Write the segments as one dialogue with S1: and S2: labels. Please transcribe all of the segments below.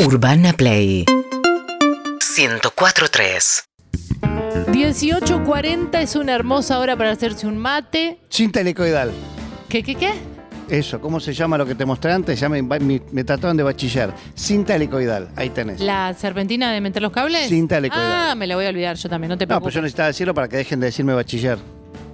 S1: Urbana Play 104.3
S2: 18.40 es una hermosa hora para hacerse un mate.
S3: Cinta helicoidal.
S2: ¿Qué, qué, qué?
S3: Eso, ¿cómo se llama lo que te mostré antes? Ya me, me- me trataron de bachiller. Cinta helicoidal, ahí tenés.
S2: ¿La serpentina de meter los cables?
S3: Cinta de coidal.
S2: Ah, me la voy a olvidar yo también, no te
S3: No, pues
S2: preocupes.
S3: yo necesitaba decirlo para que dejen de decirme bachiller.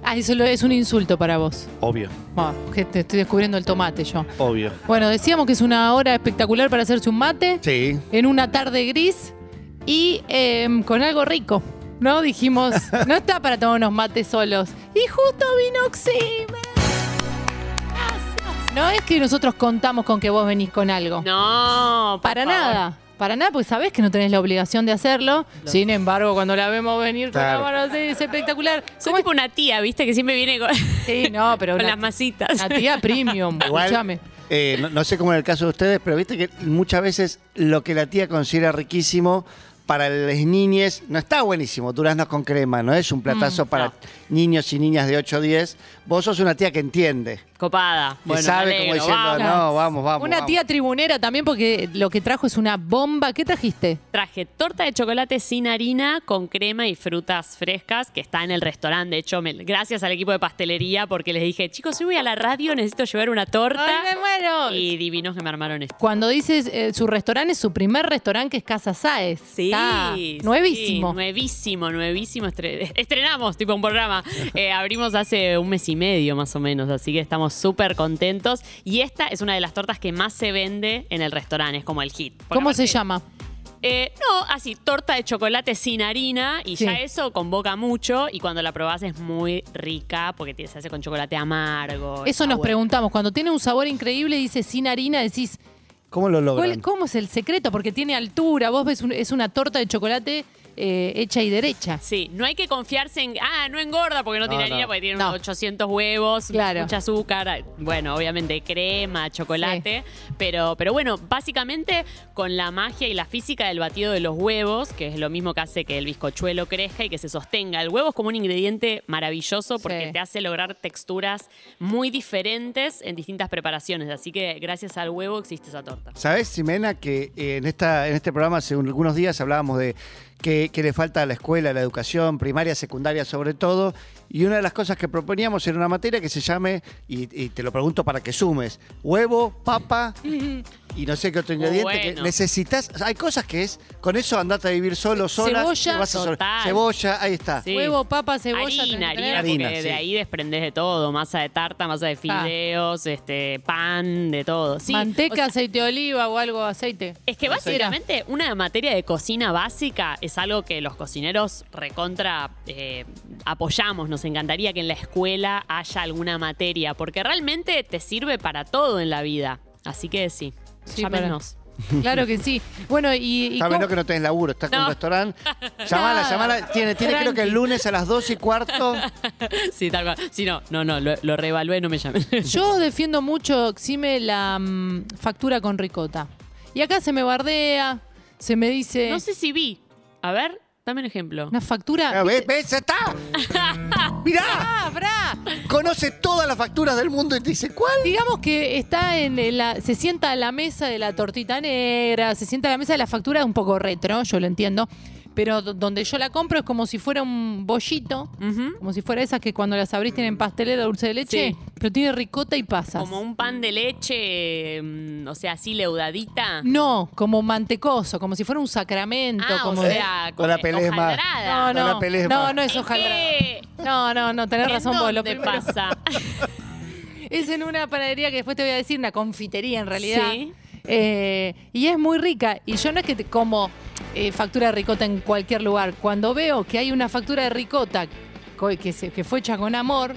S2: Ah, eso lo- es un insulto para vos.
S3: Obvio,
S2: Ah, que te estoy descubriendo el tomate yo.
S3: obvio.
S2: Bueno, decíamos que es una hora espectacular para hacerse un mate
S3: Sí.
S2: en una tarde gris y eh, con algo rico. ¿No? Dijimos, no está para tomar unos mates solos. Y justo vino Oximen. Gracias. No es que nosotros contamos con que vos venís con algo.
S4: No, por
S2: Para
S4: favor.
S2: nada. Para nada, porque sabés que no tenés la obligación de hacerlo. Sin embargo, cuando la vemos venir
S3: Claro.
S2: con la mano así, es espectacular.
S4: Soy tipo una tía, viste, que siempre viene con,
S2: Sí, no, pero
S4: con
S2: una,
S4: las masitas.
S2: una tía premium.
S3: Igual,
S2: Escuchame.
S3: eh, no, no sé cómo en el caso de ustedes, pero viste que muchas veces lo que la tía considera riquísimo para las niñas no está buenísimo. Duraznos con crema, no es un platazo para
S4: no.
S3: niños y niñas de 8 o 10. Vos sos una tía que entiende.
S4: Copada.
S3: Que
S4: Bueno,
S3: sabe
S4: me
S3: como
S4: alegro,
S3: diciendo,
S4: vamos.
S3: no, vamos, vamos.
S2: Una
S3: vamos.
S2: tía tribunera también, porque lo que trajo es una bomba. ¿Qué trajiste?
S4: Traje torta de chocolate sin harina, con crema y frutas frescas, que está en el restaurante. De hecho, me- gracias al equipo de pastelería, porque les dije, chicos, yo voy a la radio, necesito llevar una torta.
S2: muero!
S4: Y divinos que me armaron esto.
S2: Cuando dices eh, su restaurante, es su primer restaurante que es Casa Sáez. Está
S4: sí,
S2: nuevísimo.
S4: nuevísimo, nuevísimo. Estre- estrenamos tipo un programa. Eh, abrimos hace un mes y medio más o menos, así que estamos súper contentos. Y esta es una de las tortas que más se vende en el restaurante, es como el hit. Porque
S2: ¿Cómo se
S4: aparte-
S2: llama?
S4: Eh, no, así, torta de chocolate sin harina y
S2: Sí.
S4: ya eso convoca mucho y cuando la probás es muy rica porque te- se hace con chocolate amargo.
S2: Eso
S4: está
S2: nos
S4: bueno.
S2: preguntamos. Cuando tiene un sabor increíble, dice sin harina, decís,
S3: ¿Cómo lo logran?
S2: ¿Cuál- ¿Cómo es el secreto? Porque tiene altura, vos ves, un- es una torta de chocolate eh, hecha y derecha.
S4: Sí, no hay que confiarse en. Ah, no engorda porque no,
S3: No,
S4: tiene
S3: no.
S4: harina, porque tiene
S2: No.
S4: unos 800 huevos,
S2: Claro.
S4: mucha azúcar. Bueno, obviamente crema, chocolate. Pero, pero bueno, básicamente con la magia y la física del batido de los huevos, que es lo mismo que hace que el bizcochuelo crezca y que se sostenga. El huevo es como un ingrediente maravilloso porque
S2: Sí.
S4: te hace lograr texturas muy diferentes en distintas preparaciones. Así que gracias al huevo existe esa torta.
S3: ¿Sabes, Simena, que eh, en, esta, en este programa hace un- algunos días hablábamos de qué qué le falta a la escuela, a la educación, primaria, secundaria sobre todo? Y una de las cosas que proponíamos era una materia que se llame, y, y te lo pregunto para que sumes, huevo, papa y no sé qué otro ingrediente que
S4: bueno.
S3: necesitas. Hay cosas que es, con eso andate a vivir solo, sola.
S2: Cebolla,
S3: y vas a sobre-
S4: total.
S3: Cebolla, ahí está.
S4: Sí.
S2: Huevo, papa, cebolla.
S4: harina,
S2: tenés que tener.
S4: harina,
S3: Harina,
S4: porque
S3: sí.
S4: de ahí desprendes de todo, masa de tarta, masa de fideos, este pan, de todo. Sí,
S2: Manteca,
S4: o sea,
S2: aceite de oliva o algo de aceite.
S4: es que básicamente una materia de cocina básica es algo que los cocineros recontra eh, apoyamos. Nos encantaría que en la escuela haya alguna materia, porque realmente te sirve para todo en la vida. Así que sí,
S2: Sí, para-
S4: llámenos.
S2: Claro que sí. Bueno, y. y
S3: Está bien
S2: cómo-
S3: que no tenés laburo, estás con
S4: No.
S3: un restaurante. Llamala,
S2: Nada.
S3: llamala. Tiene, tiene creo que el
S2: Tranqui.
S3: lunes a las dos y cuarto.
S4: Sí, tal cual. Sí, no, no, no, lo, lo reevalué, no me llamen.
S2: Yo defiendo mucho, Xime, la mm, factura con ricota. Y acá se me bardea, se me dice.
S4: No sé si vi. A ver, dame un ejemplo.
S2: Una factura.
S3: Ah, ¿Ves? ¿Ves? ¡Está! ¡Mirá!
S2: ¡Ah, brá!
S3: conoce todas las facturas del mundo y te dice, ¿cuál?
S2: Digamos que está en en la, se sienta a la mesa de la tortita negra, se sienta a la mesa de la factura un poco retro, yo lo entiendo, pero do- donde yo la compro es como si fuera un bollito,
S4: Ujú.
S2: como si fuera esas que cuando las abrís tienen pastelera dulce de leche,
S4: Sí.
S2: pero tiene ricota y pasas.
S4: Como un pan de leche, mm, o sea, así leudadita.
S2: No, como mantecoso, como si fuera un sacramento,
S4: Ah,
S2: como
S4: o sea,
S3: Con la
S4: eh,
S3: pelesma.
S4: hojaldrada.
S2: no, no,
S3: la pelea.
S2: no, no es
S4: ¿En
S2: hojaldrada.
S4: qué?
S2: No, no, no, tenés
S4: ¿En
S2: razón vos, lo
S4: dónde
S2: primero.
S4: pasa?
S2: Es en una panadería que después te voy a decir, una confitería en realidad.
S4: Sí.
S2: Eh, y es muy rica. Y yo no es que te- como eh, factura de ricota en cualquier lugar. Cuando veo que hay una factura de ricota co- que, se- que fue hecha con amor,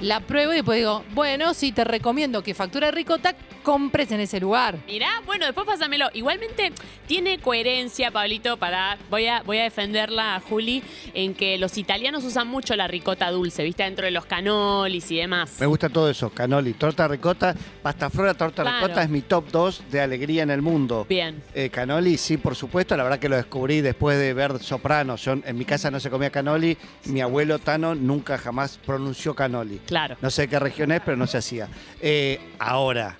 S2: la pruebo y después digo, bueno, sí, te recomiendo que factura de ricota compres en ese lugar.
S4: Mirá, bueno, después pásamelo. Igualmente tiene coherencia, Pablito, para. Voy a, voy a defenderla a Juli en que los italianos usan mucho la ricota dulce, ¿viste? Dentro de los canolis y demás.
S3: Me gusta todo eso, canoli, torta ricota, pasta flora, torta
S4: Claro.
S3: ricota es mi top 2 de alegría en el mundo.
S4: Bien.
S3: Eh, canoli, sí, por supuesto, la verdad que lo descubrí después de ver Sopranos. Yo- en mi casa no se comía canoli, mi abuelo Tano nunca jamás pronunció canoli.
S4: Claro.
S3: No sé qué región es, pero no se hacía. Eh, ahora,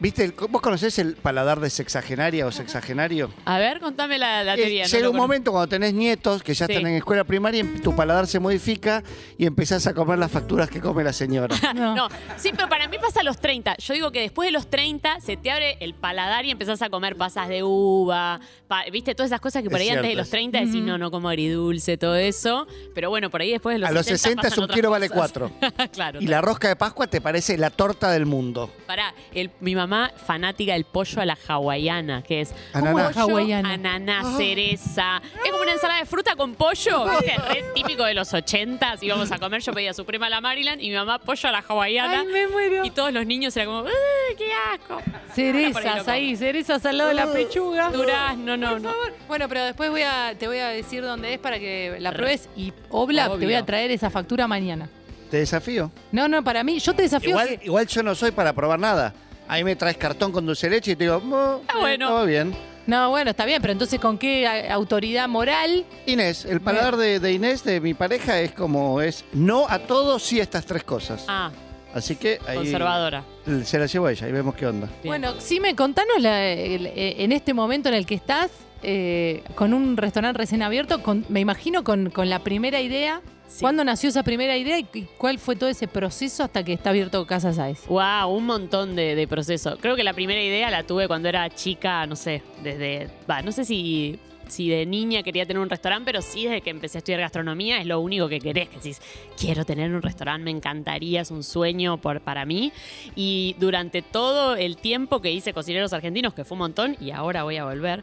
S3: ¿Viste? el- ¿Vos conocés el paladar de sexagenaria o sexagenario?
S4: A ver, contame la, la
S3: Eh,
S4: teoría. no
S3: llega
S4: lo
S3: un
S4: conozco.
S3: momento cuando tenés nietos que ya
S4: Sí.
S3: están en escuela primaria y tu paladar se modifica y empezás a comer las facturas que come la señora.
S2: No.
S4: No, sí, pero para mí pasa a los 30. Yo digo que después de los 30 se te abre el paladar y empezás a comer pasas de uva, pa- viste, todas esas cosas que por
S3: Es
S4: ahí antes de
S3: cierto
S4: los
S3: eso.
S4: 30 decís,
S2: Ujú.
S4: no, no como agridulce, todo eso. Pero bueno, por ahí después de los
S3: a los 60
S4: 60
S3: es
S4: pasan
S3: un
S4: otras
S3: kilo vale
S4: cosas.
S3: 4.
S4: claro.
S3: Y la rosca de Pascua te parece la torta del mundo.
S4: Pará, el- mi mamá fanática del pollo a la hawaiana, que es
S3: Ananá.
S4: un pollo,
S2: Hawaiana.
S4: ananá,
S3: Ah.
S4: cereza. Es como una ensalada de fruta con pollo,
S2: Ah.
S4: ¿viste? Re típico de los 80s. Íbamos a comer, yo pedía suprema a la Maryland y mi mamá pollo a la hawaiana.
S2: Ay, me muero.
S4: Y todos los niños eran como, "Ah, ¡qué asco! Ahora por ahí lo
S2: Cerezas
S4: como.
S2: ahí, cerezas al lado de la pechuga.
S4: Durazno, no, no.
S2: Bueno, pero después voy a, te voy a decir dónde es para que la pruebes y Obla,
S4: Obvio.
S2: te voy a traer esa factura mañana.
S3: Te desafío.
S2: No, no, para mí, yo te desafío
S3: Igual,
S2: que-
S3: igual yo no soy para probar nada. Ahí me traes cartón con dulce de leche y te digo, "Bueno,
S4: Ah, bueno.
S3: todo bien.
S2: No, bueno, está bien, pero entonces ¿con qué a- autoridad moral?
S3: Inés, el paladar de, de Inés, de mi pareja, es como es no a todo, sí a estas tres cosas.
S4: Ah,
S3: Así que ahí
S4: conservadora.
S3: se la llevo a ella y vemos qué onda.
S4: Bien.
S2: Bueno, Xime, contanos la- el- eh, en este momento en el que estás, eh, con un restaurante recién abierto, con- me imagino con, con la primera idea.
S4: Sí.
S2: ¿Cuándo nació esa primera idea y y cuál fue todo ese proceso hasta que está abierto Casa Sáez?
S4: Wow, un montón de, de proceso. Creo que la primera idea la tuve cuando era chica, no sé, desde. Va, no sé si, si de niña quería tener un restaurante, pero sí desde que empecé a estudiar gastronomía es lo único que querés. Que decís, quiero tener un restaurante, me encantaría, es un sueño por, para mí. Y durante todo el tiempo que hice Cocineros Argentinos, que fue un montón, y ahora voy a volver,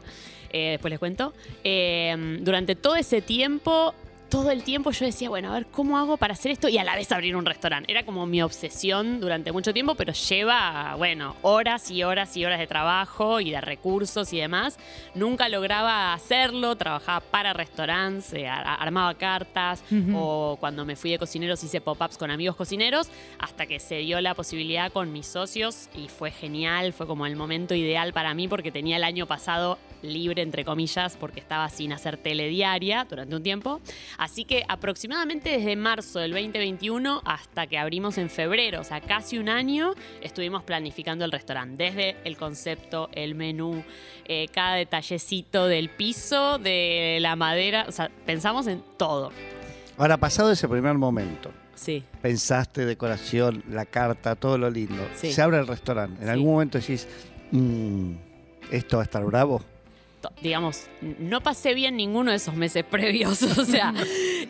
S4: eh, después les cuento, eh, durante todo ese tiempo todo el tiempo yo decía, bueno, a ver, ¿cómo hago para hacer esto y a la vez abrir un restaurante? Era como mi obsesión durante mucho tiempo, pero lleva, bueno, horas y horas y horas de trabajo y de recursos y demás. Nunca lograba hacerlo, trabajaba para restaurantes, eh, a- armaba cartas
S2: Ujú.
S4: o cuando me fui de cocineros hice pop-ups con amigos cocineros hasta que se dio la posibilidad con mis socios y fue genial, fue como el momento ideal para mí porque tenía el año pasado libre, entre comillas, porque estaba sin hacer telediaria durante un tiempo. Así que aproximadamente desde marzo del 2021 hasta que abrimos en febrero, o sea, casi un año, estuvimos planificando el restaurante, desde el concepto, el menú, eh, cada detallecito del piso, de la madera, o sea, pensamos en todo.
S3: Ahora, pasado ese primer momento,
S4: Sí.
S3: pensaste decoración, la carta, todo lo lindo.
S4: Sí.
S3: Se abre el restaurante. En
S4: Sí.
S3: algún momento decís, "Mm, esto va a estar bravo.
S4: to- digamos, n- no pasé bien ninguno de esos meses previos. O sea,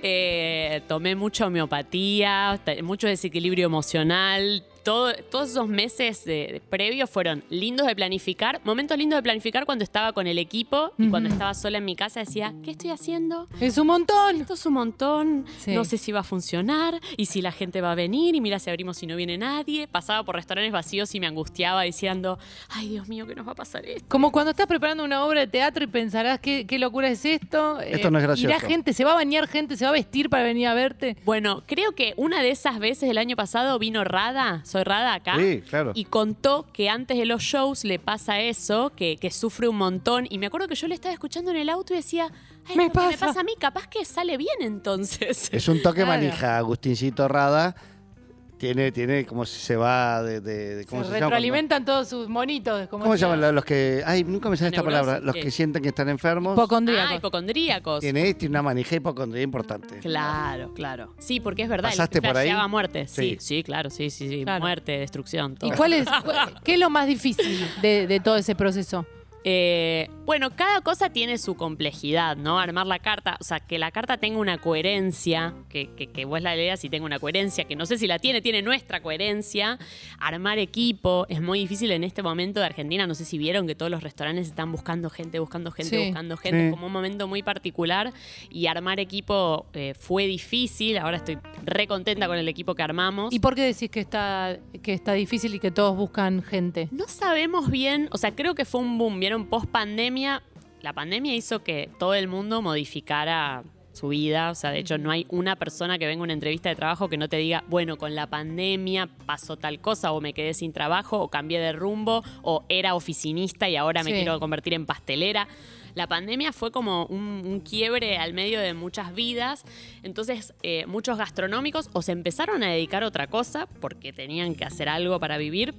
S4: eh, tomé mucha homeopatía, te- mucho desequilibrio emocional. Todo, todos esos meses eh, de- previos fueron lindos de planificar, momentos lindos de planificar cuando estaba con el equipo y cuando
S2: Ujú.
S4: estaba sola en mi casa decía, ¿qué estoy haciendo?
S2: Es un montón.
S4: Esto es un montón,
S2: Sí.
S4: no sé si va a funcionar y si la gente va a venir y mira si abrimos si no viene nadie. Pasaba por restaurantes vacíos y me angustiaba diciendo, ay Dios mío, ¿qué nos va a pasar esto?
S2: Como cuando estás preparando una obra de teatro y pensarás qué, qué locura es esto.
S3: Esto no es gracioso.
S2: Irá gente, se va a bañar gente, se va a vestir para venir a verte.
S4: Bueno, creo que una de esas veces el año pasado vino Rada, soy Rada acá.
S3: Sí, claro.
S4: ¿Ah? Y contó que antes de los shows le pasa eso, que, que sufre un montón. Y me acuerdo que yo le estaba escuchando en el auto y decía, ay,
S2: Me
S4: lo que me
S2: pasa.
S4: pasa a mí, capaz que sale bien entonces.
S3: Es un toque
S2: Claro.
S3: manija, Agustincito Rada. Tiene, tiene como si se va de. de- de- ¿cómo
S2: se
S3: se llama cuando-
S2: retroalimentan todos sus monitos. como
S3: ¿Cómo se
S2: decía.
S3: llaman la- los que.? Ay, nunca me sale esta
S4: Neurosis,
S3: palabra. Los
S4: ¿qué?
S3: que sienten que están enfermos.
S4: Ah,
S2: Hipocondríacos.
S4: hipocondríacos.
S3: Tiene, tiene una manija hipocondría importante.
S4: Claro, claro. Sí, porque es verdad. él
S3: ¿Pasaste por ahí?
S4: flasheaba muerte. Sí.
S3: Sí.
S4: sí, claro, sí, sí, sí.
S2: Claro.
S4: Muerte, destrucción, todo.
S2: ¿Y cuál es, qué es lo más difícil de, de todo ese proceso?
S4: Eh, bueno, cada cosa tiene su complejidad, ¿no? Armar la carta, o sea, que la carta tenga una coherencia, que, que, que vos la leas y tenga una coherencia, que no sé si la tiene, tiene nuestra coherencia. Armar equipo es muy difícil en este momento de Argentina, no sé si vieron que todos los restaurantes están buscando gente, buscando gente,
S2: Sí.
S4: buscando gente,
S3: Sí.
S4: como un momento muy particular y armar equipo eh, fue difícil, ahora estoy re contenta con el equipo que armamos.
S2: ¿Y por qué decís que está, que está difícil y que todos buscan gente?
S4: No sabemos bien, o sea, creo que fue un boom. Vieron post pandemia, la pandemia hizo que todo el mundo modificara su vida, o sea, de hecho no hay una persona que venga a una entrevista de trabajo que no te diga, bueno, con la pandemia pasó tal cosa, o me quedé sin trabajo, o cambié de rumbo, o era oficinista y ahora me
S2: Sí.
S4: quiero convertir en pastelera. La pandemia fue como un, un quiebre al medio de muchas vidas, entonces eh, muchos gastronómicos o se empezaron a dedicar a otra cosa porque tenían que hacer algo para vivir,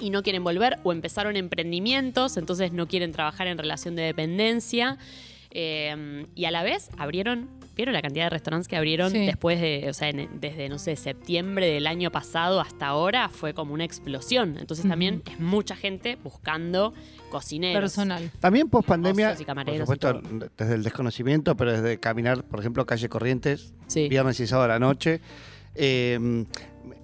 S4: y no quieren volver o empezaron emprendimientos, entonces no quieren trabajar en relación de dependencia. Eh, y a la vez abrieron, ¿vieron la cantidad de restaurantes que abrieron
S2: Sí.
S4: después de, o sea, en- desde, no sé, septiembre del año pasado hasta ahora? Fue como una explosión. Entonces también es mucha gente buscando cocineros.
S2: personal.
S3: También post pandemia,
S4: Mozos y
S3: por
S4: camareros y
S3: supuesto, desde el desconocimiento, pero desde caminar, por ejemplo, calle Corrientes,
S4: Sí.
S3: viernes y sábado a la noche, eh,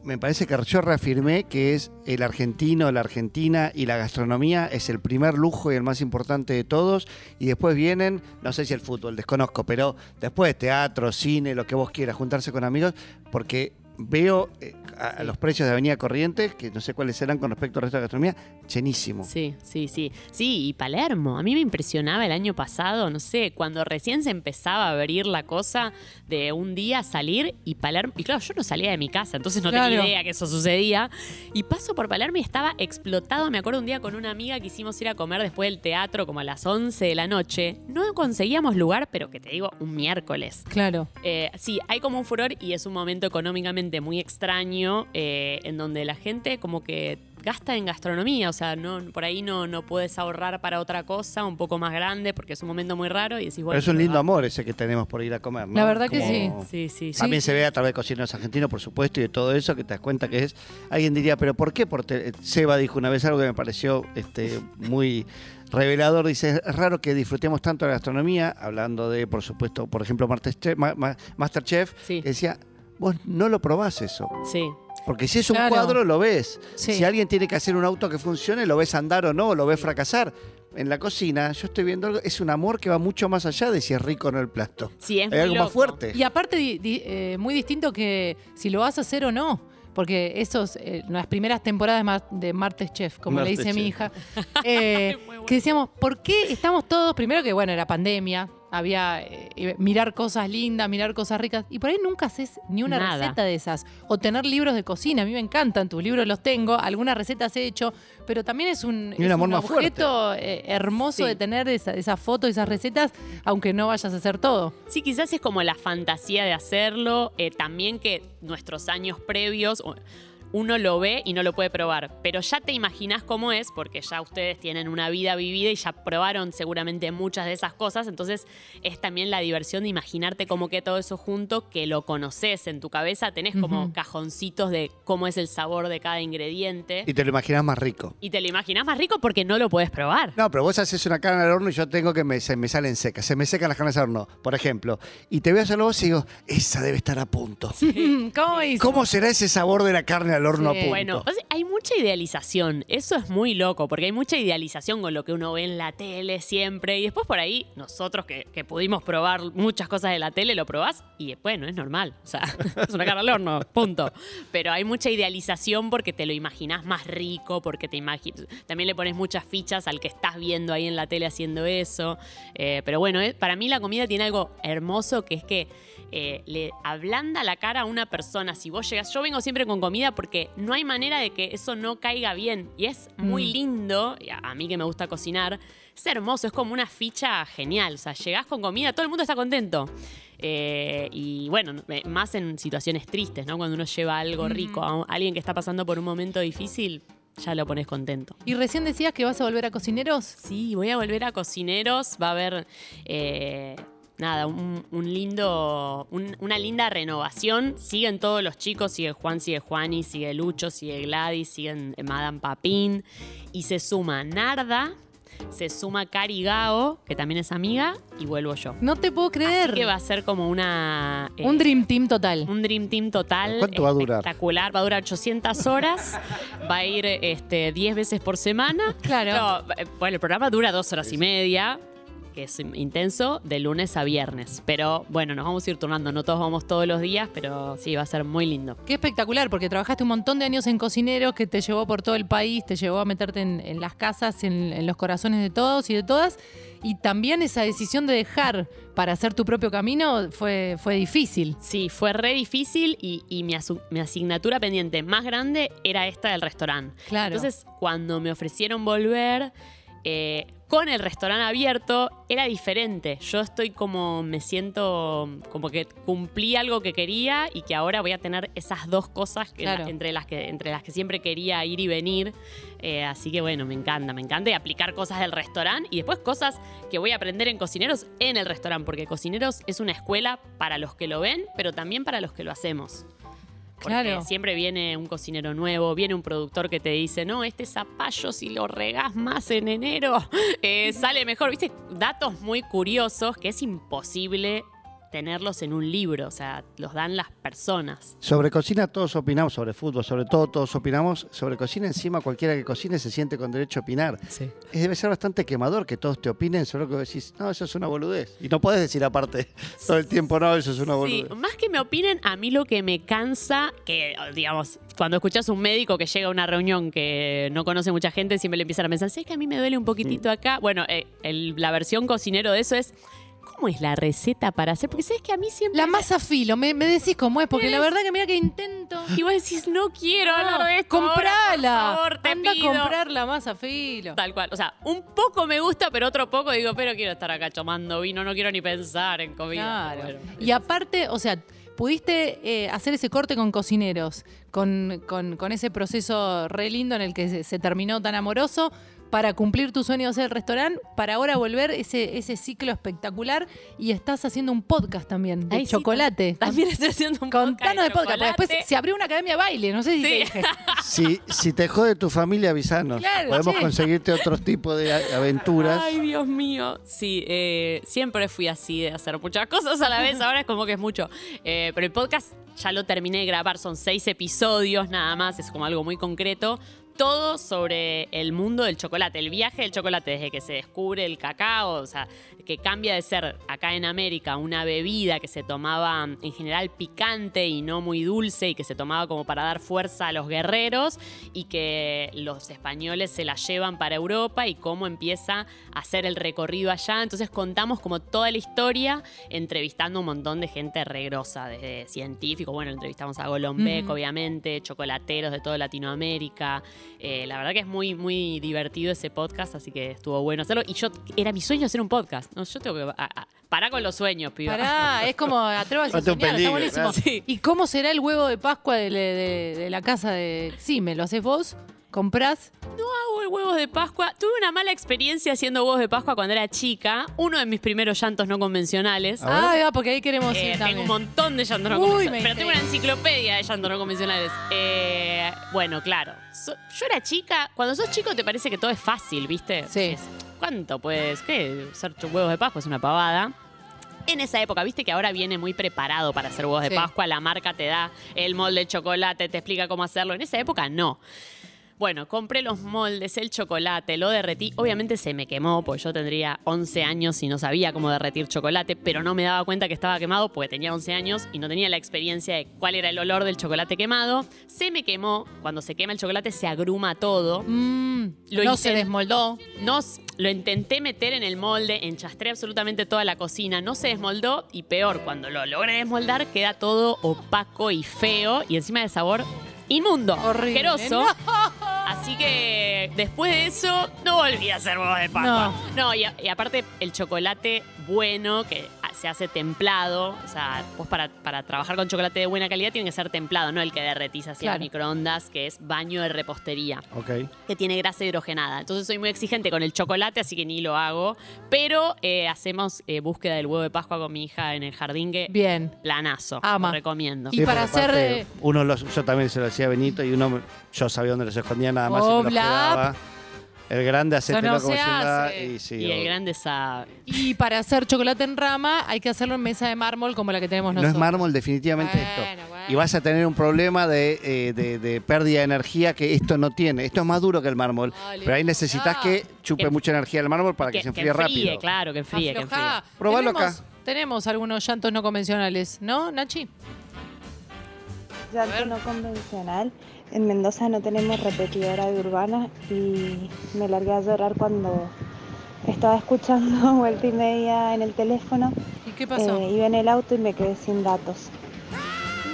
S3: me parece que yo reafirmé que es el argentino, la argentina y la gastronomía es el primer lujo y el más importante de todos. Y después vienen, no sé si el fútbol, desconozco, pero después teatro, cine, lo que vos quieras, juntarse con amigos, porque veo eh, a, a los precios de Avenida Corrientes, que no sé cuáles serán con respecto al resto de la gastronomía, llenísimo.
S4: Sí, sí, sí. Sí, y Palermo. A mí me impresionaba el año pasado, no sé, cuando recién se empezaba a abrir la cosa de un día salir y Palermo. Y claro, yo no salía de mi casa, entonces no
S2: Claro.
S4: tenía idea que eso sucedía. Y paso por Palermo y estaba explotado. Me acuerdo un día con una amiga que hicimos ir a comer después del teatro, como a las 11 de la noche. No conseguíamos lugar, pero que te digo, un miércoles.
S2: Claro.
S4: Eh, sí, hay como un furor y es un momento económicamente muy extraño eh, en donde la gente como que gasta en gastronomía, o sea, no, por ahí no, no puedes ahorrar para otra cosa un poco más grande porque es un momento muy raro y decís, bueno,
S3: Pero es un
S4: pero
S3: lindo
S4: va.
S3: amor ese que tenemos por ir a comer, ¿no?
S2: La verdad que
S3: Como-
S4: Sí, sí, sí.
S3: También se ve a través de cocineros argentinos, por supuesto, y de todo eso, que te das cuenta que es. Alguien diría, ¿pero por qué? Porque eh, Seba dijo una vez algo que me pareció este, muy revelador. Dice: Es raro que disfrutemos tanto de la gastronomía, hablando de, por supuesto, por ejemplo, Masterchef. Ma- Ma- Masterchef
S4: Sí.
S3: que decía: Vos no lo probás eso.
S4: Sí.
S3: Porque si es un
S2: Claro.
S3: cuadro, lo ves.
S2: Sí.
S3: Si alguien tiene que hacer un auto que funcione, lo ves andar o no, lo ves fracasar. En la cocina, yo estoy viendo algo, es un amor que va mucho más allá de si es rico o no el plato.
S4: Sí, es
S3: Hay
S4: muy
S3: algo
S4: loco.
S3: más fuerte.
S2: Y aparte, di- di- eh, muy distinto que si lo vas a hacer o no. Porque esos, eh, las primeras temporadas de, Mar- de Martes Chef, como le dice
S3: Martes
S2: mi
S3: Chef.
S2: hija, eh,
S4: Muy bueno.
S2: que decíamos, ¿por qué estamos todos? Primero que, bueno, era pandemia, había eh, eh, mirar cosas lindas, mirar cosas ricas, y por ahí nunca haces ni una
S4: Nada.
S2: receta de esas. O tener libros de cocina, a mí me encantan, tus libros los tengo, algunas recetas he hecho, pero también es un,
S3: Y un
S2: es
S3: amor más fuerte.
S2: objeto eh, hermoso
S4: Sí.
S2: de tener esa- esas fotos, esas recetas, aunque no vayas a hacer todo.
S4: Sí, quizás es como la fantasía de hacerlo, eh, también que nuestros años previos u- uno lo ve y no lo puede probar, pero ya te imaginás cómo es porque ya ustedes tienen una vida vivida y ya probaron seguramente muchas de esas cosas, entonces es también la diversión de imaginarte cómo queda todo eso junto, que lo conoces en tu cabeza, tenés como
S2: Ujú.
S4: cajoncitos de cómo es el sabor de cada ingrediente
S3: Y te lo imaginas más rico.
S4: y te lo imaginás más rico porque no lo podés probar.
S3: No, pero vos haces una carne al horno y yo tengo que me, se me salen secas. Se me secan las carnes al horno, por ejemplo. Y te veo hacerlo vos y digo, esa debe estar a punto.
S2: ¿Cómo hice?
S3: ¿Cómo será ese sabor de la carne al horno
S2: Sí.
S3: a punto?
S4: Bueno, o sea, hay mucha idealización, eso es muy loco, porque hay mucha idealización con lo que uno ve en la tele siempre, y después por ahí nosotros que, que pudimos probar muchas cosas de la tele, lo probás y eh, bueno, es normal, o sea, es una carne al horno, punto. Pero hay mucha idealización porque te lo imaginás más rico, porque te imaginas, también le pones muchas fichas al que estás viendo ahí en la tele haciendo eso, Eh, pero bueno, eh, para mí la comida tiene algo hermoso que es que eh, le ablanda la cara a una persona. Si vos llegas, yo vengo siempre con comida porque no hay manera de que eso no caiga bien. Y es muy
S2: Mm.
S4: lindo, y a, a mí que me gusta cocinar, es hermoso, es como una ficha genial. O sea, llegás con comida, todo el mundo está contento. Eh, y bueno, eh, más en situaciones tristes, ¿no? Cuando uno lleva algo rico a un- a alguien que está pasando por un momento difícil, ya lo pones contento.
S2: Y recién decías que vas a volver a cocineros.
S4: Sí, voy a volver a Cocineros. Va a haber. eh, Nada, un, un lindo, un- una linda renovación. Siguen todos los chicos, sigue Juan, sigue Juani, sigue Lucho, sigue Gladys, siguen eh, Madame Papín. Y se suma Narda, se suma Cari Gao, que también es amiga, y vuelvo yo.
S2: No te puedo creer.
S4: Así que va a ser como una... eh,
S2: Un dream team total.
S4: un Dream Team total.
S3: ¿Cuánto va a durar?
S4: Espectacular. Va a durar 800 horas. va a ir este, 10 veces por semana.
S2: Claro.
S4: No, eh, bueno, el programa dura dos horas y media, que es intenso, de lunes a viernes. Pero bueno, nos vamos a ir turnando. No todos vamos todos los días, pero sí, va a ser muy lindo.
S2: Qué espectacular, porque trabajaste un montón de años en cocineros que te llevó por todo el país, te llevó a meterte en, en las casas, en, en los corazones de todos y de todas. Y también esa decisión de dejar para hacer tu propio camino fue, fue difícil.
S4: Sí, fue re difícil y, y mi, asu- mi asignatura pendiente más grande era esta del restaurante.
S2: Claro.
S4: Entonces, cuando me ofrecieron volver, eh, con el restaurante abierto era diferente. Yo estoy como, me siento como que cumplí algo que quería y que ahora voy a tener esas dos cosas que-
S2: Claro.
S4: entre, las que, entre las que siempre quería ir y venir. Eh, así que bueno, me encanta, me encanta. Y aplicar cosas del restaurante y después cosas que voy a aprender en Cocineros en el restaurante, porque Cocineros es una escuela para los que lo ven, pero también para los que lo hacemos. Porque
S2: Claro.
S4: siempre viene un cocinero nuevo, viene un productor que te dice, no, este zapallo si lo regás más en enero, eh, sale mejor. Viste, datos muy curiosos que es imposible tenerlos en un libro, o sea, los dan las personas.
S3: Sobre cocina todos opinamos, sobre fútbol, sobre todo todos opinamos. Sobre cocina encima cualquiera que cocine se siente con derecho a opinar.
S4: Sí.
S3: Es- Debe ser bastante quemador que todos te opinen sobre lo que decís, no, eso es una boludez. Y no podés decir aparte todo el tiempo, no, eso es una
S4: Sí,
S3: boludez.
S4: más que me opinen, a mí lo que me cansa, que digamos, cuando escuchas un médico que llega a una reunión que no conoce mucha gente, siempre le empiezan a pensar, sí, es que a mí me duele un poquitito acá. Bueno, eh, el- la versión cocinero de eso es, ¿cómo es la receta para hacer? Porque sabes que a mí siempre...
S2: La masa filo, me, me decís cómo es, porque la verdad que mira que intento.
S4: Y vos decís, no quiero hablar de esto. ahora,
S2: comprala.
S4: por favor, te
S2: Anda
S4: pido".
S2: a comprar la masa filo.
S4: Tal cual. O sea, un poco me gusta, pero otro poco digo, pero quiero estar acá tomando vino, no quiero ni pensar en comida.
S2: Claro.
S4: Pero bueno.
S2: y aparte, o sea, pudiste eh, hacer ese corte con cocineros, con, con- con ese proceso re lindo en el que se, se terminó tan amoroso, para cumplir tus sueños del restaurante, para ahora volver ese, ese ciclo espectacular y estás haciendo un podcast también de
S4: Ay, sí,
S2: chocolate.
S4: eh, También estoy haciendo un
S2: Contanos de podcast, porque
S4: chocolate.
S2: después se abrió una academia de baile, no sé si
S4: Sí.
S2: te dije.
S3: Si, si te jode tu familia, avisanos.
S2: Claro,
S3: Podemos
S2: sí.
S3: conseguirte otro tipo de a- aventuras.
S4: Ay, Dios mío. Sí, eh, siempre fui así de hacer muchas cosas a la vez. Ahora es como que es mucho. Eh, pero el podcast ya lo terminé de grabar. Son seis episodios nada más. Es como algo muy concreto. Todo sobre el mundo del chocolate, el viaje del chocolate, desde que se descubre el cacao, o sea, que cambia de ser acá en América una bebida que se tomaba en general picante y no muy dulce y que se tomaba como para dar fuerza a los guerreros y que los españoles se la llevan para Europa y cómo empieza a hacer el recorrido allá. Entonces contamos como toda la historia entrevistando un montón de gente regrosa, desde científicos, bueno, entrevistamos a Golombek,
S2: Ujú.
S4: obviamente, chocolateros de toda Latinoamérica. Eh, la verdad que es muy, muy divertido ese podcast, así que estuvo bueno hacerlo. Y yo, era mi sueño hacer un podcast. No, yo tengo que... a- a- pará con los sueños, piba.
S2: Pará, es como atrévase a
S3: Ponte un
S2: soñar, está
S3: peligro,
S2: buenísimo.
S3: claro.
S4: Sí.
S2: ¿Y cómo será el huevo de Pascua de, de- de la casa de Xime? ¿Lo haces vos? ¿Comprás?
S4: Hago huevos de Pascua. Tuve una mala experiencia haciendo huevos de Pascua cuando era chica. Uno de mis primeros llantos no convencionales.
S3: A ver.
S2: Ah, va, porque ahí queremos
S4: Eh,
S2: ir
S4: tengo un
S2: también.
S4: montón de llantos no
S2: Uy, me
S4: convencionales. Pero tengo una
S2: interesa.
S4: enciclopedia de llantos no convencionales. Eh, bueno, claro. So- yo era chica. Cuando sos chico te parece que todo es fácil, ¿viste?
S2: Sí.
S4: Es, ¿Cuánto puedes? ¿Qué? Hacer tus huevos de Pascua es una pavada. En esa época, viste que ahora viene muy preparado para hacer huevos
S2: Sí.
S4: de Pascua, la marca te da el molde de chocolate, te explica cómo hacerlo. En esa época no. Bueno, compré los moldes, el chocolate, lo derretí. Obviamente se me quemó, pues yo tendría 11 años y no sabía cómo derretir chocolate, pero no me daba cuenta que estaba quemado porque tenía 11 años y no tenía la experiencia de cuál era el olor del chocolate quemado. Se me quemó. Cuando se quema el chocolate se agruma todo.
S2: Mm,
S4: Lo
S2: no
S4: hice-
S2: se desmoldó.
S4: Nos lo intenté meter en el molde, enchastré absolutamente toda la cocina, no se desmoldó y peor, cuando lo logré desmoldar queda todo opaco y feo y encima de sabor inmundo,
S2: Horrible.
S4: asqueroso. Así que después de eso no volví a hacer huevos de Pascua. No, y, a- y aparte el chocolate bueno que a- se hace templado, o sea, vos para, para trabajar con chocolate de buena calidad tiene que ser templado, no el que derretís hacia
S2: Claro.
S4: microondas, que es baño de repostería
S3: Ok.
S4: que tiene grasa hidrogenada. Entonces soy muy exigente con el chocolate, así que ni lo hago. Pero eh, hacemos eh, búsqueda del huevo de Pascua con mi hija en el jardín que
S2: Bien.
S4: planazo.
S2: Ama.
S4: Lo recomiendo.
S2: Y para
S3: porque
S2: hacer,
S3: aparte,
S2: eh,
S3: Uno los, yo también se lo hacía a Benito y uno. me- Yo sabía dónde los escondía nada más. y me los
S2: Obla.
S3: quedaba. El grande hace
S2: Eso no
S3: como
S2: se
S3: si nada,
S2: hace.
S3: Y, sí,
S4: Y el
S3: obvio.
S4: grande sabe.
S2: Y para hacer chocolate en rama hay que hacerlo en mesa de mármol como la que tenemos
S3: No
S2: nosotros.
S3: es mármol, definitivamente esto.
S2: Bueno, bueno.
S3: Y vas a tener un problema de, eh, de- de pérdida de energía que esto no tiene. Esto es más duro que el mármol.
S2: Dale,
S3: pero ahí necesitas
S2: aflojá.
S3: que chupe
S4: Que-
S3: mucha energía el mármol para que, se enfríe rápido.
S4: claro, que enfríe, que enfríe.
S2: Aflojá.
S3: Probalo
S2: Tenemos-
S3: acá.
S2: Tenemos algunos llantos no convencionales, ¿no, Nachi?
S1: Llanto no convencional. En Mendoza no tenemos repetidora de urbana y me largué a llorar cuando estaba escuchando vuelta y media en el teléfono.
S2: ¿Y qué pasó?
S1: Eh, iba en el auto y me quedé sin datos.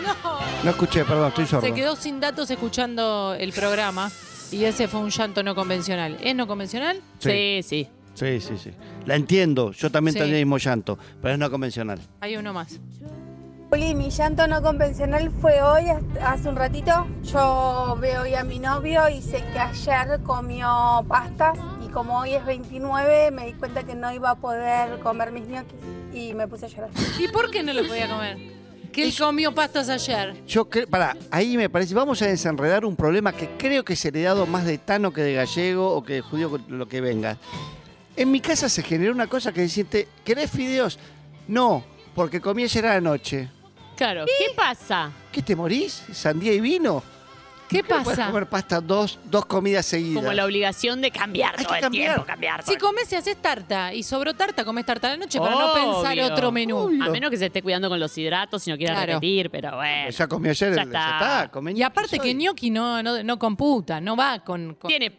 S2: no.
S3: No escuché, perdón, estoy sordo.
S2: Se quedó sin datos escuchando el programa y ese fue un llanto no convencional. ¿Es no convencional?
S4: Sí, sí.
S3: Sí, sí, sí. La entiendo, yo también
S2: Sí.
S3: tenía el mismo llanto, pero es no convencional.
S2: Hay uno más.
S5: Juli, mi llanto no convencional fue hoy, hasta- hace un ratito. Yo veo hoy a mi novio y sé que ayer comió pastas y como hoy es 29 me di cuenta que no iba a poder comer mis ñoquis y me puse a llorar.
S2: ¿Y por qué no lo podía comer? Que él comió pastas ayer.
S3: Yo creo, para, ahí me parece, vamos a desenredar un problema que creo que es heredado más de Tano que de gallego o que de judío, lo que venga. En mi casa se generó una cosa que decirte, ¿querés fideos? No, porque comí ayer a la noche.
S4: Claro, ¿qué pasa?
S3: ¿Qué te morís? ¿Sandía y vino?
S2: ¿Qué
S3: Puedes
S2: pasa?
S3: comer pasta dos, dos comidas seguidas.
S4: Como la obligación de cambiar
S3: Hay
S4: todo
S3: que
S4: el
S3: cambiar.
S4: tiempo, cambiar. todo
S2: Si
S4: el-
S2: comes y haces tarta y sobró tarta, comes tarta a la noche para no
S4: Obvio.
S2: pensar otro menú.
S3: Uy.
S4: A menos que se esté cuidando con los hidratos y no quiera
S2: Claro.
S4: repetir, pero bueno.
S3: ya comí ayer,
S4: Ya
S3: ya
S4: está.
S3: está, comí
S2: Y aparte que
S3: hoy.
S2: gnocchi no, no, no computa, no va con... con-
S4: Tiene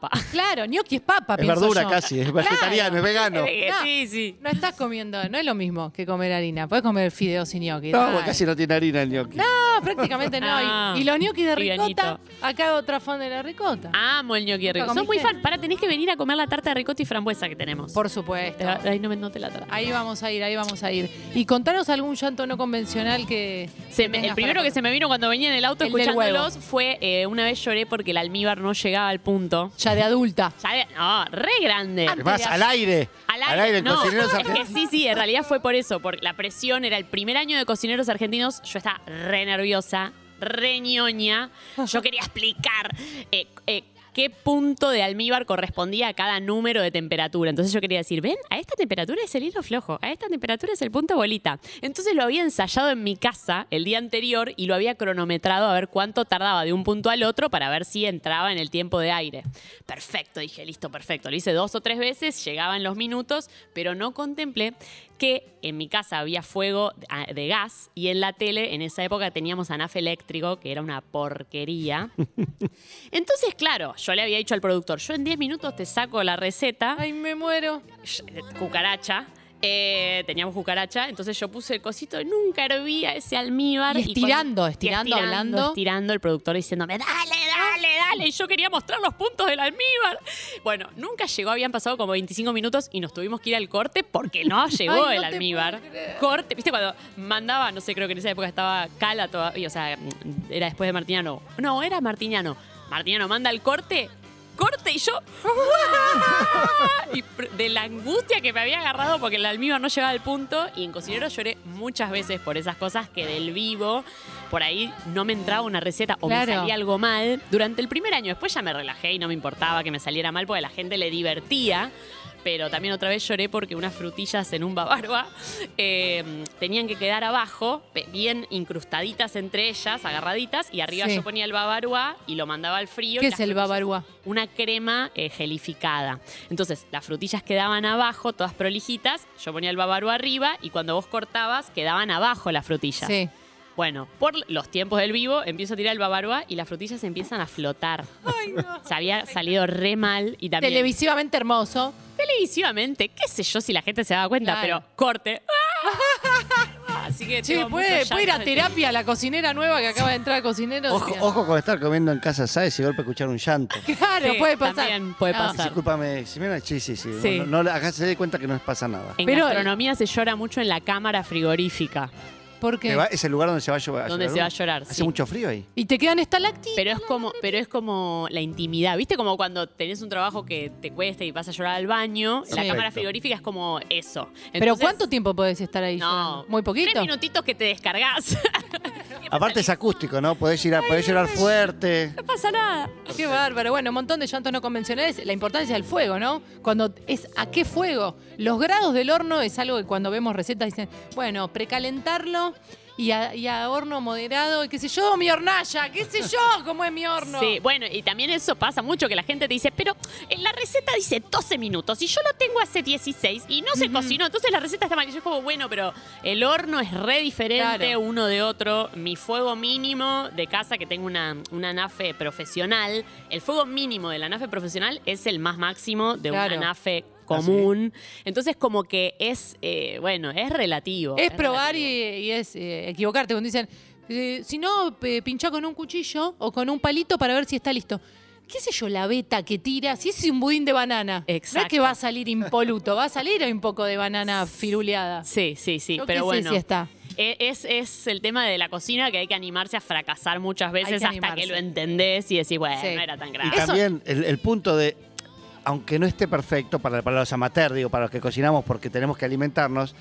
S4: papa.
S2: Claro, gnocchi es papa,
S3: Es
S2: pienso
S3: verdura
S2: yo.
S3: casi, es vegetariano, es vegano.
S2: No.
S4: Sí, sí.
S2: No estás comiendo, no es lo mismo que comer harina. Puedes comer fideos y gnocchi.
S3: No,
S2: dale.
S3: porque casi no tiene harina el gnocchi.
S2: No, prácticamente no. Y-
S4: Ah,
S2: y, los gnocchi de
S4: y
S2: ricota,
S4: granito.
S2: acá otra fan de la ricota.
S4: Amo el ñoqui de
S2: ¿Nunca
S4: rico. Soy muy
S2: comiste?
S4: fan. Para, tenés que venir a comer la tarta de ricota y frambuesa que tenemos.
S2: Por supuesto.
S4: Te va- Ay, no me noté la tarta.
S2: Ahí vamos a ir, ahí vamos a ir. Y contanos algún llanto no convencional que.
S4: Se
S2: que
S4: me- el
S2: tengas
S4: primero
S2: para
S4: que se me vino cuando venía en el auto
S2: El del
S4: escuchándolos fue eh, una vez lloré porque el almíbar no llegaba al punto.
S2: contar. Ya de adulta.
S4: Ya había- no, re grande.
S2: Ah,
S3: Además, al aire.
S4: Al aire,
S3: en
S4: no.
S3: Cocineros
S4: Es que
S3: Argentinos.
S4: sí, sí, en realidad fue por eso, porque la presión era el primer año de cocineros argentinos, yo estaba re nerviosa, re ñoña, yo quería explicar eh, eh, qué punto de almíbar correspondía a cada número de temperatura. Entonces yo quería decir, ven, a esta temperatura es el hilo flojo, a esta temperatura es el punto bolita. Entonces lo había ensayado en mi casa el día anterior y lo había cronometrado a ver cuánto tardaba de un punto al otro para ver si entraba en el tiempo de aire. Perfecto, dije, listo, perfecto. Lo hice dos o tres veces, llegaban los minutos, pero no contemplé que en mi casa había fuego ah, de gas y en la tele, en esa época teníamos anafe eléctrico, que era una porquería. Entonces, claro, yo le había dicho al productor, yo en 10 minutos te saco la receta
S2: Ay, me muero.
S4: cucaracha. Eh, teníamos cucaracha, entonces yo puse el cosito, nunca hervía ese almíbar.
S2: Y estirando,
S4: cuando-
S2: estirando,
S4: y
S2: hablando.
S4: Estirando el productor diciéndome, dale, dale, dale. Y yo quería mostrar los puntos del almíbar. Bueno, nunca llegó, habían pasado como 25 minutos y nos tuvimos que ir al corte porque no llegó
S2: Ay,
S4: el
S2: no te
S4: almíbar.
S2: puedo creer.
S4: Corte, viste, cuando mandaba, no sé, creo que en esa época estaba Cala todavía, o sea, era después de Martiniano. No, era Martiniano. Martiniano manda el corte, corte y yo y pr- de la angustia que me había agarrado porque el almíbar no llegaba al punto y en cocinero lloré muchas veces por esas cosas que del vivo por ahí no me entraba una receta o
S2: Claro.
S4: me salía algo mal durante el primer año después ya me relajé y no me importaba que me saliera mal porque a la gente le divertía pero también otra vez lloré porque unas frutillas en un babarba eh, tenían que quedar abajo, pe- bien incrustaditas entre ellas, agarraditas, y arriba
S2: Sí.
S4: yo ponía el babarba y lo mandaba al frío. y
S2: ¿Qué
S4: las
S2: es el
S4: frutillas-
S2: babarúa?
S4: una crema eh, gelificada. Entonces, las frutillas quedaban abajo, todas prolijitas. Yo ponía el babaru arriba y cuando vos cortabas, quedaban abajo las frutillas.
S2: Sí.
S4: Bueno, por los tiempos del vivo, empiezo a tirar el babarua y las frutillas empiezan a flotar. Se había salido re mal y también.
S2: Televisivamente hermoso.
S4: televisivamente, qué sé yo si la gente se daba cuenta,
S2: Claro.
S4: pero corte. Así que.
S2: Che,
S4: tengo
S2: ¿puede,
S4: muchos
S2: puede ir a
S4: llantos de-
S2: terapia la cocinera nueva que acaba de entrar a cocinero?
S3: Ojo, ojo con estar comiendo en casa, ¿sabes? Y de golpe escuchar un llanto.
S2: Claro,
S4: Sí,
S2: puede pasar.
S4: también puede
S2: Ah.
S4: pasar.
S3: Discúlpame, Ximena. Sí, sí, sí.
S4: Sí.
S3: No, no, no, acá se dé cuenta que no les pasa nada.
S4: En
S2: Pero-
S4: gastronomía se llora mucho en la cámara frigorífica,
S2: ¿Por
S3: Te
S2: qué?
S3: va- es el lugar donde se va a llover.
S4: donde se va a llorar.
S3: Hace
S4: sí.
S3: mucho frío ahí.
S2: Y te quedan estalactitas.
S4: Pero es como, pero es como la intimidad, ¿viste? Como cuando tenés un trabajo que te cuesta y vas a llorar al baño, la
S2: Sí.
S4: cámara
S3: Perfecto.
S4: frigorífica es como eso.
S2: ¿Pero
S4: Entonces,
S2: cuánto tiempo podés estar ahí?
S4: No,
S2: llorando? Muy poquito.
S4: Tres minutitos que te descargas.
S3: Aparte es acústico, ¿no? Podés, ir a- podés llorar fuerte.
S4: no pasa nada.
S2: Qué bárbaro. Bueno, un montón de llantos no convencionales. La importancia del fuego, ¿no? Cuando es a qué fuego. Los grados del horno es algo que cuando vemos recetas dicen, bueno, precalentarlo y a, y a horno moderado y qué sé yo, mi hornalla, qué sé yo, cómo es mi horno.
S4: Sí, bueno, y también eso pasa mucho que la gente te dice, pero en la receta dice 12 minutos y yo lo tengo hace 16 y no se cocinó, entonces la receta está mal. Y yo es como, bueno, pero el horno es re diferente
S2: Claro.
S4: uno de otro. Mi fuego mínimo de casa, que tengo una, una nafe profesional, el fuego mínimo de la nafe profesional es el más máximo de
S2: Claro.
S4: una nafe común. Entonces, como que es, eh, bueno, es relativo.
S2: Es probar y,
S4: relativo.
S2: y es eh, equivocarte. eh, Cuando dicen, eh, si no, pe- pinchá con un cuchillo o con un palito para ver si está listo. qué sé yo, la beta que tira, si es un budín de banana. No es que
S4: Exacto.
S2: va a salir impoluto, va a salir un poco de banana firuleada.
S4: Sí, sí, sí,
S2: Yo qué
S4: pero
S2: sé
S4: bueno.
S2: si está.
S4: E- Es, es el tema de la cocina que hay que animarse a fracasar muchas veces
S2: que
S4: hasta que
S2: animarse.
S4: lo entendés y decís, bueno,
S2: Sí.
S4: no era tan
S3: Y
S4: grave.
S2: Eso-
S3: también el, el punto de, aunque no esté perfecto para, para los amateurs, digo, para los que cocinamos porque tenemos que alimentarnos,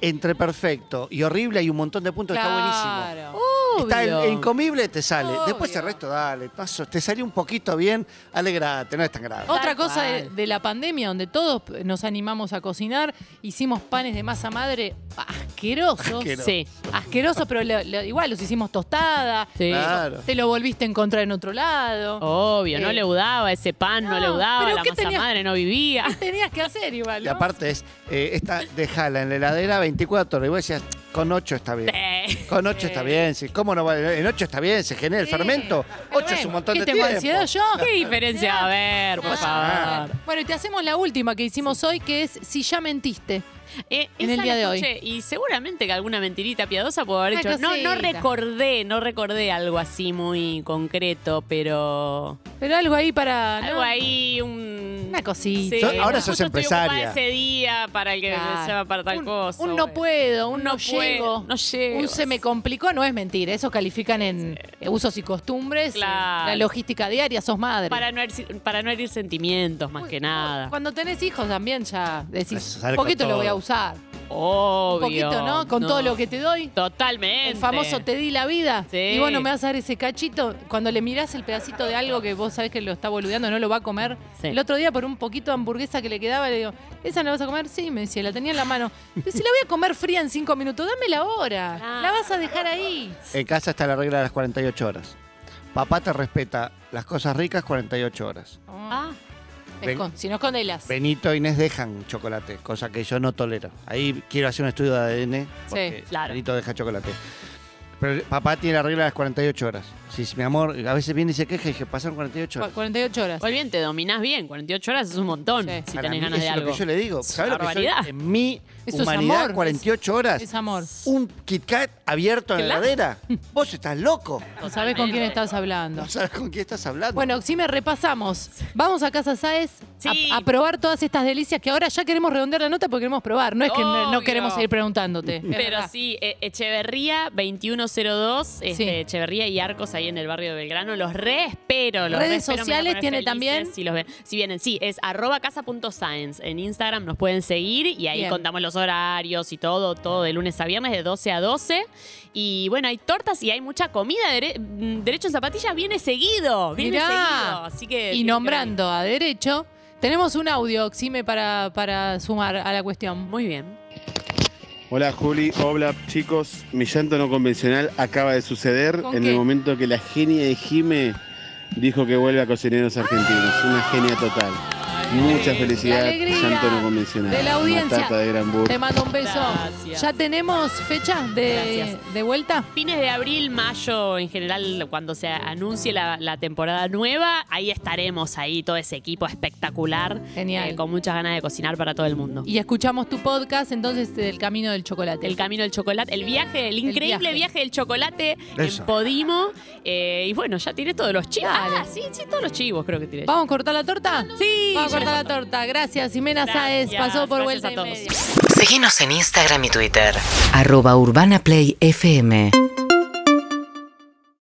S3: entre perfecto y horrible hay un montón de puntos que está buenísimo.
S2: Claro.
S4: Uh,
S3: Está el,
S4: Obvio.
S3: el incomible, te sale. Después el
S2: Obvio.
S3: resto, dale, paso. Te salió un poquito bien, alegrate, no es tan grave.
S2: Otra
S4: Tal
S2: cosa de,
S4: cual.
S2: de la pandemia, donde todos nos animamos a cocinar, hicimos panes de masa madre asquerosos.
S3: Asqueroso.
S4: Sí,
S2: Asquerosos, pero lo- lo- igual los hicimos tostada.
S4: sí.
S3: Claro.
S2: Te lo volviste a encontrar en otro lado.
S3: Oh.
S4: Obvio, no
S2: Eh.
S4: leudaba ese pan, no,
S2: No,
S4: leudaba,
S2: pero
S4: la
S2: ¿qué
S4: masa
S2: tenías?
S4: madre no vivía.
S2: Tenías que hacer igual.
S3: Y
S2: ¿no?
S3: aparte es, eh, esta, dejala en la heladera 24 y vos decías, con 8 está bien.
S4: Sí.
S3: Con 8 está bien, sí. ¿Cómo no va? En 8 está bien, se genera el
S2: Sí.
S3: fermento.
S2: Pero
S3: 8 es un
S2: bueno,
S3: montón
S2: ¿qué
S3: de
S2: tengo
S3: tiempo.
S2: ansiedad yo?
S4: ¿Qué diferencia va a haber, por
S3: No pasa nada.
S4: favor?
S2: Bueno, y te hacemos la última que hicimos hoy, que es si ya mentiste.
S4: Eh,
S2: En
S4: esa
S2: el día
S4: la
S2: de hoy.
S4: escuché Y seguramente que alguna mentirita piadosa puedo haber
S2: Una
S4: hecho. No, no
S2: cosita.
S4: recordé, no recordé algo así muy concreto, pero.
S2: Pero algo ahí para.
S4: Algo
S2: ¿no?
S4: ahí, un.
S2: Una cosita.
S4: Sí,
S3: So- ahora sos
S4: justo estoy
S3: empresaria.
S4: ocupada ese día para el que
S2: Claro.
S4: se va para tal
S2: un,
S4: cosa.
S2: un no
S4: bueno.
S2: puedo, un
S4: Un
S2: no,
S4: puedo,
S2: llego.
S4: No llego.
S2: Un se me complicó, no es mentira. Eso califican en eh, usos y costumbres, eh,
S4: Claro.
S2: la logística diaria, sos madre.
S4: Para no, herir, para no herir sentimientos, más que nada. Pues,
S2: Cuando tenés hijos también ya decís,
S3: Eso
S2: un
S3: sale con
S2: poquito lo
S3: todo.
S2: voy a usar.
S4: Obvio.
S2: Un poquito, ¿no? Con todo lo que te doy.
S4: Totalmente.
S2: El famoso te di la vida.
S4: Sí.
S2: Y vos no me vas a dar ese cachito. Cuando le mirás el pedacito de algo que vos sabés que lo está boludeando, no lo va a comer.
S4: Sí.
S2: El otro día, por un poquito de hamburguesa que le quedaba, le digo, ¿esa la vas a comer? Sí, me decía, la tenía en la mano. Pero si la voy a comer fría en cinco minutos, dámela ahora.
S4: Claro.
S2: La vas a dejar ahí.
S3: En casa está la regla de las 48 horas. Papá te respeta las cosas ricas 48 horas.
S4: Ah,
S2: Escon- si no escondelas.
S3: Benito e Inés dejan chocolate, cosa que yo no tolero. Ahí quiero hacer un estudio de ADN. Porque
S4: claro.
S3: Benito deja chocolate. Pero el papá tiene la regla de las 48 horas. Si si mi amor, a veces viene y se queja y dije, pasan 48
S2: Cu-
S4: Pues,
S3: horas.
S2: 48 horas.
S4: Muy bien, te dominás bien. 48 horas es un montón.
S2: Sí.
S4: Si
S3: Para mí,
S4: tenés ganas
S3: eso
S4: de
S3: es
S4: algo.
S3: lo que yo le digo.
S4: Es
S3: ¿Sabes
S4: una
S3: lo que soy?
S4: barbaridad.
S3: En mi
S2: Eso es
S3: humanidad,
S2: amor.
S3: 48 horas,
S2: Es amor.
S3: un Kit Kat abierto en la
S4: Claro.
S3: heladera. Vos estás loco.
S2: No sabés con quién estás hablando.
S3: No sabes con quién estás hablando.
S2: Bueno, si me repasamos. Vamos a Casa Sáez a-
S4: Sí.
S2: a, probar todas estas delicias que ahora ya queremos redondear la nota porque queremos probar. No es que no, no
S4: Obvio.
S2: queremos seguir preguntándote. es
S4: Pero
S2: verdad.
S4: sí, eh, Echeverría 2102, este,
S2: Sí.
S4: Echeverría y Arcos ahí en el barrio de Belgrano. Los re espero. Los
S2: Redes
S4: re espero, me van a
S2: sociales
S4: poner
S2: tiene
S4: felices
S2: también.
S4: Si, los ven. si vienen, sí, es arroba casa.science. En Instagram nos pueden seguir y ahí
S2: Bien.
S4: contamos los horarios y todo, todo de lunes a viernes de 12 a 12. Y bueno, hay tortas y hay mucha comida. Dere- mm, Derecho en zapatillas viene seguido. Viene
S2: Mirá.
S4: seguido. Así que. tienen que
S2: Y
S4: venir.
S2: nombrando a derecho, tenemos un audio, Oxime, para, para sumar a la cuestión.
S4: Muy bien.
S6: Hola Juli, hola chicos. Mi llanto no convencional acaba de suceder
S2: ¿Con
S6: en
S2: qué?
S6: el momento que la genia de Jime dijo que vuelve a Cocineros Argentinos. Una genia total. Mucha
S2: La
S6: felicidad,
S2: alegría
S6: llanto no convencional.
S2: de la audiencia.
S6: Matata de Gran Burgo.
S2: Te mando un beso.
S4: Gracias.
S2: ¿Ya tenemos fecha de,
S4: Gracias.
S2: de vuelta?
S4: Fines de abril, mayo, en general, cuando se anuncie la, la temporada nueva, ahí estaremos, ahí todo ese equipo espectacular.
S2: Genial.
S4: eh, con muchas ganas de cocinar para todo el mundo.
S2: Y escuchamos tu podcast, entonces, del camino del chocolate.
S4: El camino del chocolate, el viaje, el increíble
S2: viaje.
S4: viaje. del chocolate
S3: Eso.
S4: en Podimo. Eh, y bueno, ya tiré todos los chivos.
S2: Dale.
S4: Ah, sí, sí, todos los chivos creo que tiré.
S2: ¿Vamos a cortar la torta?
S4: Sí,
S2: Vamos a
S4: ya les
S2: cortar la torta. Gracias, Jimena Sáez.
S4: Gracias.
S2: Pasó por
S4: Gracias
S2: vuelta
S4: a
S2: y
S4: todos.
S2: media.
S7: Seguinos en Instagram y Twitter. Arroba Urbana Play FM.